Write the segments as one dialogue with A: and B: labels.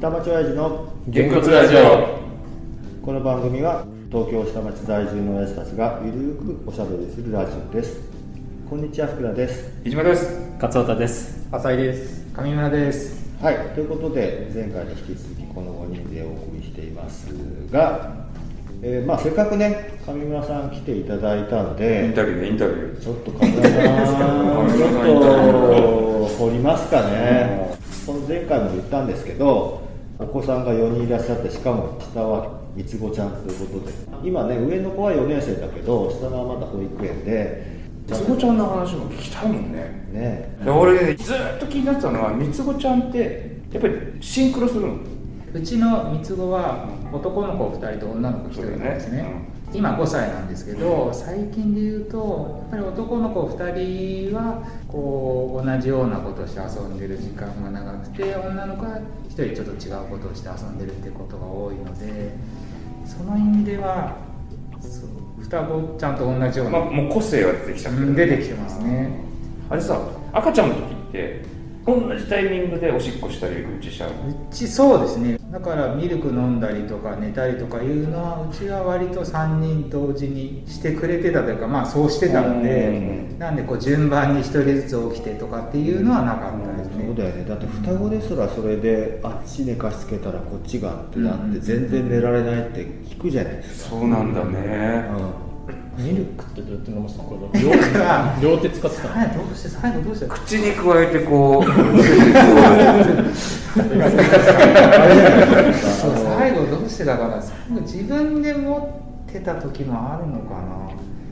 A: 下町親父の
B: げんこつラジオ
A: この番組は東京下町在住の親父たちがゆるーくおしゃべりするラジオですこんにちは福田です
B: 飯島です
C: 勝尾田です
D: 浅井です上村です
A: はいということで前回に引き続きこの5人でお送りしていますが、えーまあ、せっかくね上村さん来ていただいたん
B: イ
A: で
B: ンタビューねインタビュー
A: ちょっと神田さん、ちょっと掘りますかね、この前回も言ったんですけど、お子さんが4人いらっしゃって、しかも下は三つ子ちゃんということで、今ね、上の子は4年生だけど、下のはまだ保育園で、
B: 三つ子ちゃんの話も聞きたいもんね
A: ね、
B: で俺ねずーっと気になってたのは三つ子ちゃんってやっぱりシンクロするの
D: うちの三つ子は男の子2人と女の子1人なんですね
B: そうだね
D: 今5歳なんですけど最近で言うとやっぱり男の子2人はこう同じようなことをして遊んでる時間が長くて女の子は1人ちょっと違うことをして遊んでるってことが多いのでその意味ではそう双子ちゃんと同じような
B: まあ、もう個性は出てきちゃって
D: う
B: る
D: ん出てきてますね
B: あれさ赤ちゃんの時って同じタイミングでおしっこしたりうんちしちゃうの
D: うちそうですねだからミルク飲んだりとか寝たりとかいうのはうちは割と3人同時にしてくれてたというかまあそうしてたの
B: う
D: で
B: ん
D: なんでこう順番に1人ずつ起きてとかっていうのはなかったです
A: そう
D: ね
A: だよね、だって双子ですらそれで、あっち寝かしつけたらこっちがってなっ
D: うんう
A: て、
D: ん
A: 全然寝られないって聞くじゃないです
B: そうなんだ
A: か。
B: ね
C: ミルクってどうやって飲ませたのこ
D: だから
C: れ両手使ってたの
D: 最後どうして最後どうして
B: 口に加えてこう
D: そう最後どうしてだから最後自分で持ってた時もあるのかな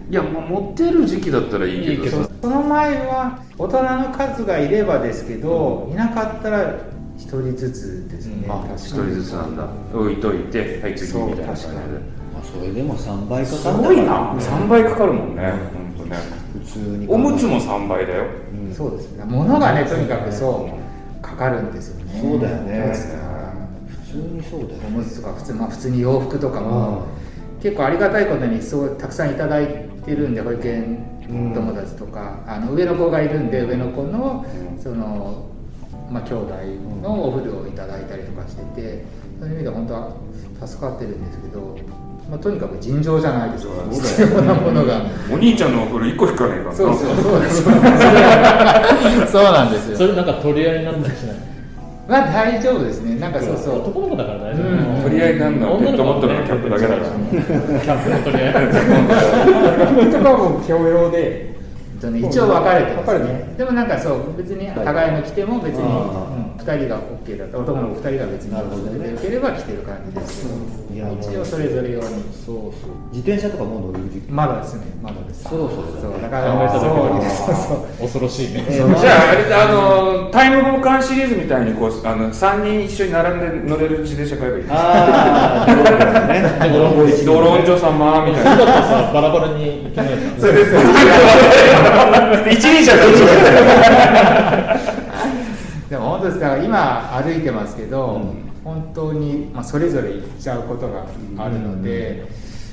D: い
B: や、まあ、持てる時期だったらいいけど
C: いいけど
B: さ
D: その前は大人の数がいればですけど、いなかったら1人ずつですね、
B: あ一人ずつなんだ置いといてはい次みたいな感じ
D: そう
B: で
D: 確かに
A: まあそれでも3倍かか
B: す
A: んだ
B: ごいな3倍かかるもんね本当ね
A: 普通に考
B: お
A: えたら
B: むつも3倍だよ
A: うん
D: そうですね物がねとにかくそうかかるんですよね
A: そうだよね
D: ですから
A: 普通にそうだよね
D: おむつとか普通,、まあ、普通に洋服とかも結構ありがたいことにそうたくさんいただいてるんで保育園友達とか、あの上の子がいるんで上の子の
B: うん
D: その、まあ、兄弟のお古をいただいたりとかしててそういう意味では本当は助かってるんですけど、まあ、とにかく尋常じゃないですよ
B: そうだね
D: 必要なものが。
B: お兄ちゃんのお風呂1個引かねえかな
D: そうそうそうですそうなん です
C: そ
D: よ。
C: れなんか取り合いになったりしない
D: まあ大丈夫ですね。なんかそうそう。
C: 男の子だから大丈夫、
D: うん
B: 取り合いになんのはペットボトルのキャップだけだから
C: らキャップの取り合い
D: とかも共用で、一応分かれてますねでもなんかそう別に互いの来ても別に、
A: あ
D: うん、2人が OK だった男の子2人が別に遊んでよければ来てる感じですけ
A: い
D: ど、
A: や
D: 一応それぞれ用に
A: そうそう自転車とかもう乗る時期
D: まだですねまだです
A: そろそろだね
D: そうだか
C: 考え
D: ら
C: ただけ
D: そうそう
C: で
D: そう
C: 恐ろしいね、
A: えーま
B: じゃああれあのタイムボカンシリーズみたいにこうあの3人一緒に並んで乗れる自転車買えばいい
A: ああーそうだよね
C: 泥棒一
B: ドロンジョ様みたいな
C: だったらさバラバラに行けないじゃん
B: そうです一輪車だ一輪
D: でも本当ですだから今歩いてますけど、
A: うん
D: 本当に、まあ、それぞれ行っちゃうことがあるので、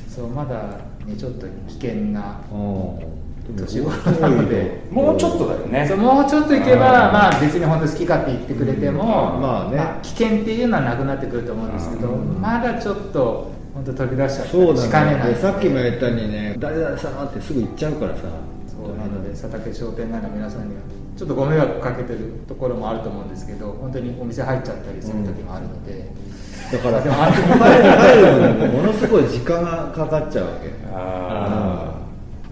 D: そうまだ、ね、ちょっと危険な、
A: うん
D: 年頃なので
B: もうちょっとだよね
D: そうもうちょっと行けば
B: あー
D: まあ別に本当好き勝手言ってくれても、
A: まあね
D: 危険っていうのはなくなってくると思うんですけど、
A: うん
D: まだちょっと本当飛び出しちゃった
A: そう
D: りしか
A: だ
D: ね
A: ね
D: ない
A: でさっきも言ったようにね誰々様ってすぐ行っちゃうからさ
D: そうなので佐竹商店街の皆さんにはちょっとご迷惑かけてるところもあると思うんですけど本当にお店入っちゃったりする時もあるので、
A: だから
D: でもあれ
A: 帰るのにもものすごい時間がかかっちゃうわけ
B: あ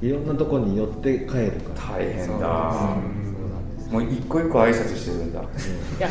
A: うんいろんなとこに寄って帰るか
B: あ
A: ら
B: 大変だ
D: そうなんです
B: もう一個一個挨拶してるんだ
D: いや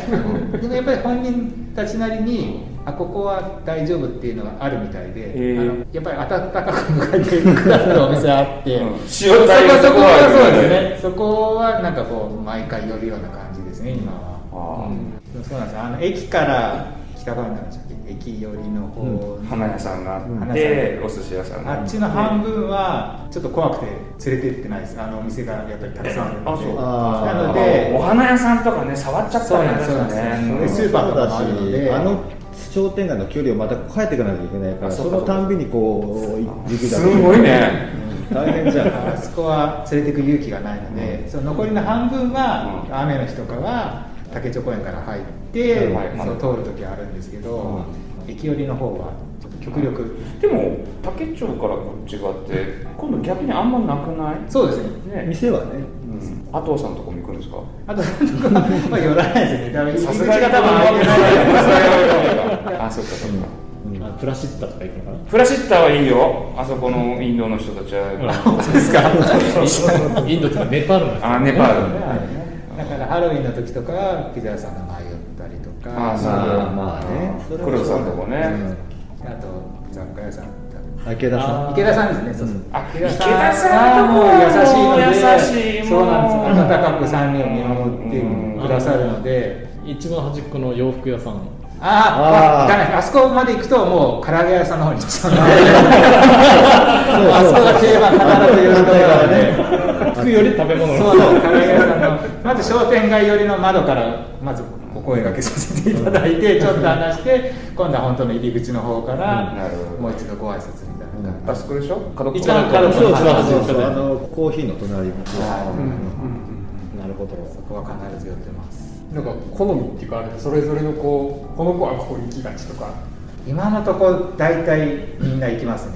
D: でもやっぱり本人たちなりにあここは大丈夫っていうのがあるみたいで、
B: へえ
D: あのやっぱり温かく迎えてくださるお店あって、
B: うん
D: そこ
B: 塩対応
D: そこは
B: とかある
D: そう
B: よね
D: ですねそこはなんかこう毎回寄るような感じですね今は。
B: あ
D: でもそうなんですよあの駅から北側になるんですよ駅寄りの方の、
B: あ花屋さんがあっ
D: 花屋
B: てお寿司屋さんが
D: あっち
B: て
D: の半分はちょっと怖くて連れてってないですあのお店がやっぱりたくさんあるので
B: え
A: あそ
D: な
A: う
D: ので
B: お花屋さんとかね触っちゃった
D: そう
B: り
D: なん
B: ね
D: ですそうなんで
A: です
D: スーパーとかもあるので
A: あの商店街の距離をまた帰っていかなきゃいけないから
B: あそ
A: そう
B: か
A: のたんびにこう行くだけ
B: すごいね
A: うん大変じゃん
D: あそこは連れてく勇気がないので、その残りの半分は
B: う
D: 雨の日とかは竹町公園から入って、
B: はいはい
D: そう通る時はあるんですけど、駅寄りの方はちょっと極力
B: でも竹町からこっち側って今度逆にあんまなくない
D: そうですね
B: ね、
A: 店 はね、
B: うん、阿藤さんのとこも行くんですか
D: あとなんとかまあ寄らないですねだから
B: さすがに多分
D: 入り口が多分開いてない
B: あそっかそっか、
C: あプラシッタとか行くのかな
B: フラシッターはいいよあそこのインドの人たちは
C: 本当ですかインドとかネパールの人
B: あネパールの
D: だからハロウィンの時とかピザ屋さんの前寄ったりとか
B: あ
D: あ
B: そう
A: まあまあねそれは
B: 黒田さんのとこね、
D: と雑貨屋さん
A: 池田さん
C: あー
D: 池田さんですね、そうそう
B: あ池田さん
D: はもう優しいので
B: 優しい
D: そうなんです
B: もう
D: 温かく3人を見守ってくださるので、
C: 一番端っこの洋服屋さん
A: あー
D: ああ、ダメですあそこまで行くと、もう唐揚げ屋さんの方に行っち ゃうの
A: う
D: で、あそこが定番、必ず寄るところなので。
C: 服より食べ物の
D: そうそう、唐揚げ屋さんの、まず商店街寄りの窓から、まずお声掛けさせていただいて、ちょっと話して、今度は本当の入り口の方から
B: なるほど、
D: もう一度ご挨拶みたいな感
B: あそこでしょ角っこ
D: 一番角っこ
A: そうそう
C: あ
A: そう
C: そ
A: そうう
C: だ
A: あ
C: ね
A: のコーヒーの隣も
D: はいうん
A: なるほど
D: じ、そこは必ず寄ってます。
E: なんか好みっていうかあれそれぞれのこうこの子はここに行きがちとか
D: 今のところ、大体みんな行きますね。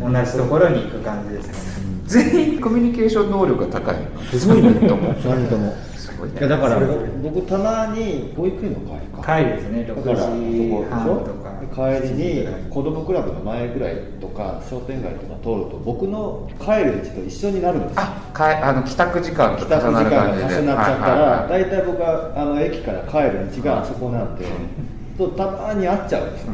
D: 同じところに行く感じですね。
B: 全員コミュニケーション能力が高いすごいねと思う
A: 何とも
B: すごい
A: いや
B: ね
A: だから僕たまに保育園の帰りか
D: 帰りですね、
A: だ
D: 6
A: から
D: 時半とか。
A: 帰りに子供クラブの前ぐらいとか商店街とか通ると僕の帰る道と一緒になるんですよ
B: あかえあの帰宅時間と
A: 帰宅時
B: 重な
A: 間
B: る
A: が
B: 感じで
A: 重なっちゃった
B: はいはいは
A: ら
B: い
A: 大体僕はあの駅から帰る道があそこなんでとたまに会っちゃうんですよ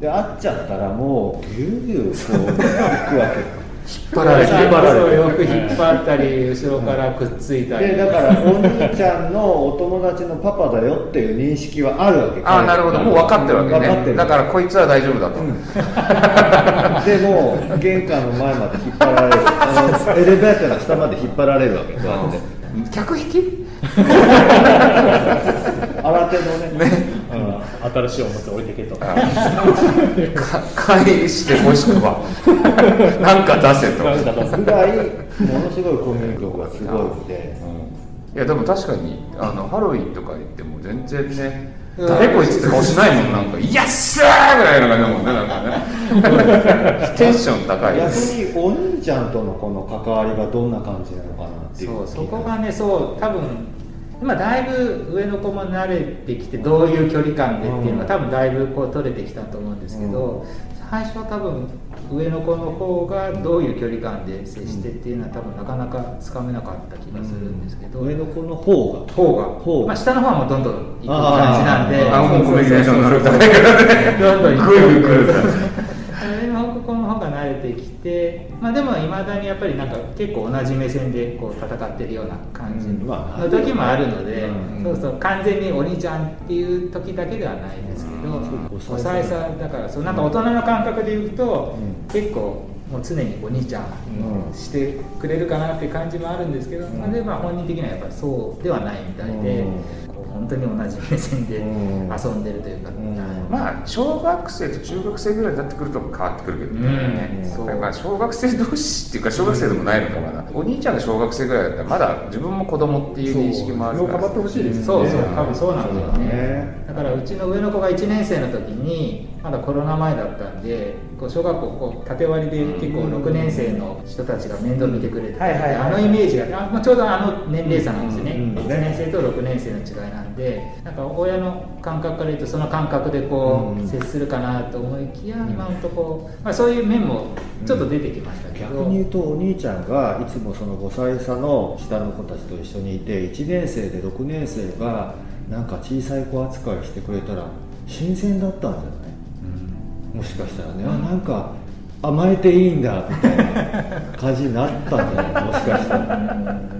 A: で会っちゃったらもうぎゅうぎゅうこう行くわ
D: 引っ張られて、
A: 引っ張られて
D: よく引っ張ったり、後ろからくっついた
A: け
D: り。
A: でだからお兄ちゃんのお友達のパパだよっていう認識はあるわけ
B: あなるほどもう分かってるわ
A: 分か
B: け
A: ってる
B: ねだからこいつは大丈夫だと、
A: でもう玄関の前まで引っ張られるあのエレベーターの下まで引っ張られるわけこうやって
B: 客引き
A: 新手のね
C: うん新しいおもちゃ置いてけとか
B: か 返してもしくは なんか出せと
C: なんか出す
A: ぐらいものすごいコミュニケーションがすごいので
B: いやでも確かにあのハロウィンとか行っても全然ね
D: うん
B: 誰こいつって顔しないもんなんか「イエッスー!」ぐらいの感じだもんねなんかねテンション高い
A: 逆
B: です
A: にお兄ちゃんとのこの関わりがどんな感じなのかなっていう
D: そう、そこがね、そう、多分。今だいぶ上の子も慣れてきてどういう距離感でっていうのが多分だいぶこう取れてきたと思うんですけど、最初は多分上の子の方がどういう距離感で接してっていうのは多分なかなかつかめなかった気がするんですけど、
A: 上の子の方が
D: 方が
A: 方
D: まあ、下の方はもうどんどん行く感じなんで
B: あもうコミュニケーション能力高い
D: どんどん行
B: ぐいぐい来
D: く
B: るから
D: 報告の方が慣れてきて、まあ、でもいまだにやっぱりなんか結構同じ目線でこう戦ってるような感じ
A: うんまあ
D: の時もあるので、
A: うん
D: そうそう完全にお兄ちゃんっていう時だけではないですけど、
A: うん
D: おさえさんだからそうなんか大人の感覚で言うと、
A: うん
D: 結構もう常にお兄ちゃんしてくれるかなっていう感じもあるんですけど、
A: うん
D: まあでもまあ本人的にはやっぱりそうではないみたいで、
A: う
D: こう本当に同じ目線で遊
A: うん
D: んでるというか。
A: うん
B: まあ小学生と中学生ぐらいになってくると変わってくるけどね、
D: うんそう
B: だから小学生同士っていうか小学生でもないのかまだ、お兄ちゃんが小学生ぐらいだったらまだ自分も子供っていう認識もある
E: そう
B: か
E: 頑張
B: ら
E: ってほしいです
D: そうそう
B: ね、
D: 多分そうなんだよ
A: そうだ
D: ね
A: ね。
D: だからうちの上の子が1年生の時にまだコロナ前だったんで、こう小学校こう縦割りで結構6年生の人たちが面倒見てくれてたんで、あのイメージがあまあちょうどあの年齢差なんですよね。
A: うんうん
D: 1年生と6年生の違いなんで、なんか親の感覚から言うとその感覚でこ
A: うん
D: う接するかなと思いきや、今のとこまあそういう面もちょっと出てきましたけ
A: 逆
D: ど。
A: に言うとお兄ちゃんがいつもその5歳差の下の子たちと一緒にいて1年生で6年生がなんか小さい子扱いしてくれたら新鮮だったんじゃないもしかしたらねあなんか甘えていいんだみたいな感じになったんじゃないもしかしたら、うん、なん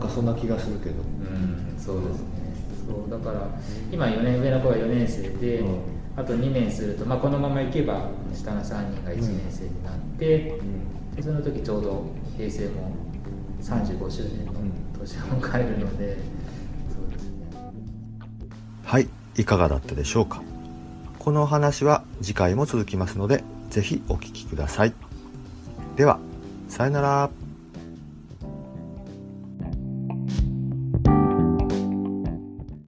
A: かそんな気がするけど
D: うんそうですねそうだから今4年上の子が4年生で、
A: うん
D: あと2年すると、まあ、このままいけば下の3人が1年生になって、でその時ちょうど平成も35周年の年を迎えるので、そうですね
F: はい、いかがだったでしょうか。このお話は次回も続きますので、ぜひお聞きください。では、さよなら。